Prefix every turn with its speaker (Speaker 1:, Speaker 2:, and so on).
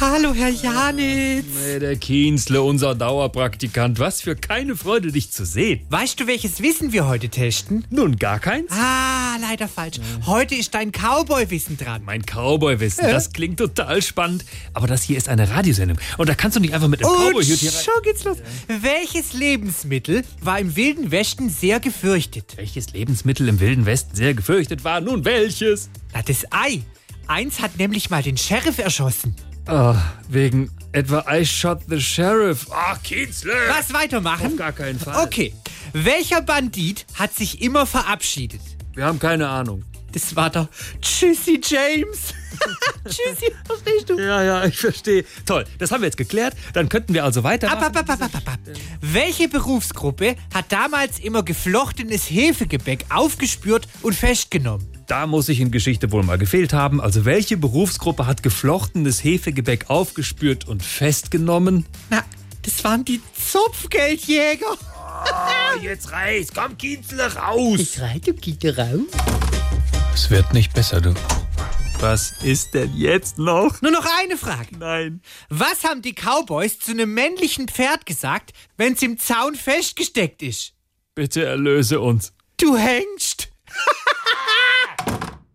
Speaker 1: Hallo, Herr Janitz.
Speaker 2: Hey, der Kienzle, unser Dauerpraktikant. Was für keine Freude, dich zu sehen.
Speaker 1: Weißt du, welches Wissen wir heute testen?
Speaker 2: Nun, gar keins?
Speaker 1: Ah, leider falsch. Heute ist dein Cowboy-Wissen dran.
Speaker 2: Mein Cowboy-Wissen, das klingt total spannend. Aber das hier ist eine Radiosendung. Und da kannst du nicht einfach mit einem
Speaker 1: Und
Speaker 2: Cowboy-Hut hier rein.
Speaker 1: schon geht's los. Welches Lebensmittel war im Wilden Westen sehr gefürchtet?
Speaker 2: Welches Lebensmittel im Wilden Westen sehr gefürchtet war? Nun, welches?
Speaker 1: Na, das Ei. Eins hat nämlich mal den Sheriff erschossen.
Speaker 2: Ah, wegen etwa I shot the sheriff. Ach, Ah, Kienzle.
Speaker 1: Was weitermachen?
Speaker 2: Auf gar keinen Fall.
Speaker 1: Okay. Welcher Bandit hat sich immer verabschiedet?
Speaker 2: Wir haben keine Ahnung.
Speaker 1: Das war der Tschüssi James. Tschüssi, verstehst du?
Speaker 2: Ja, ja, ich verstehe. Toll, das haben wir jetzt geklärt. Dann könnten wir also
Speaker 1: Ab,
Speaker 2: weitermachen.
Speaker 1: ab, ab, ab, ab, ab. Welche Berufsgruppe hat damals immer geflochtenes Hefegebäck aufgespürt und festgenommen?
Speaker 2: Da muss ich in Geschichte wohl mal gefehlt haben. Also welche Berufsgruppe hat geflochtenes Hefegebäck aufgespürt und festgenommen?
Speaker 1: Na, das waren die Zopfgeldjäger.
Speaker 2: Ah, jetzt reicht's. Komm, Kienzle, raus.
Speaker 1: Reite Gitter raus.
Speaker 3: Es wird nicht besser, du.
Speaker 2: Was ist denn jetzt noch?
Speaker 1: Nur noch eine Frage.
Speaker 2: Nein.
Speaker 1: Was haben die Cowboys zu einem männlichen Pferd gesagt, wenn's im Zaun festgesteckt ist?
Speaker 2: Bitte erlöse uns.
Speaker 1: Du hängst.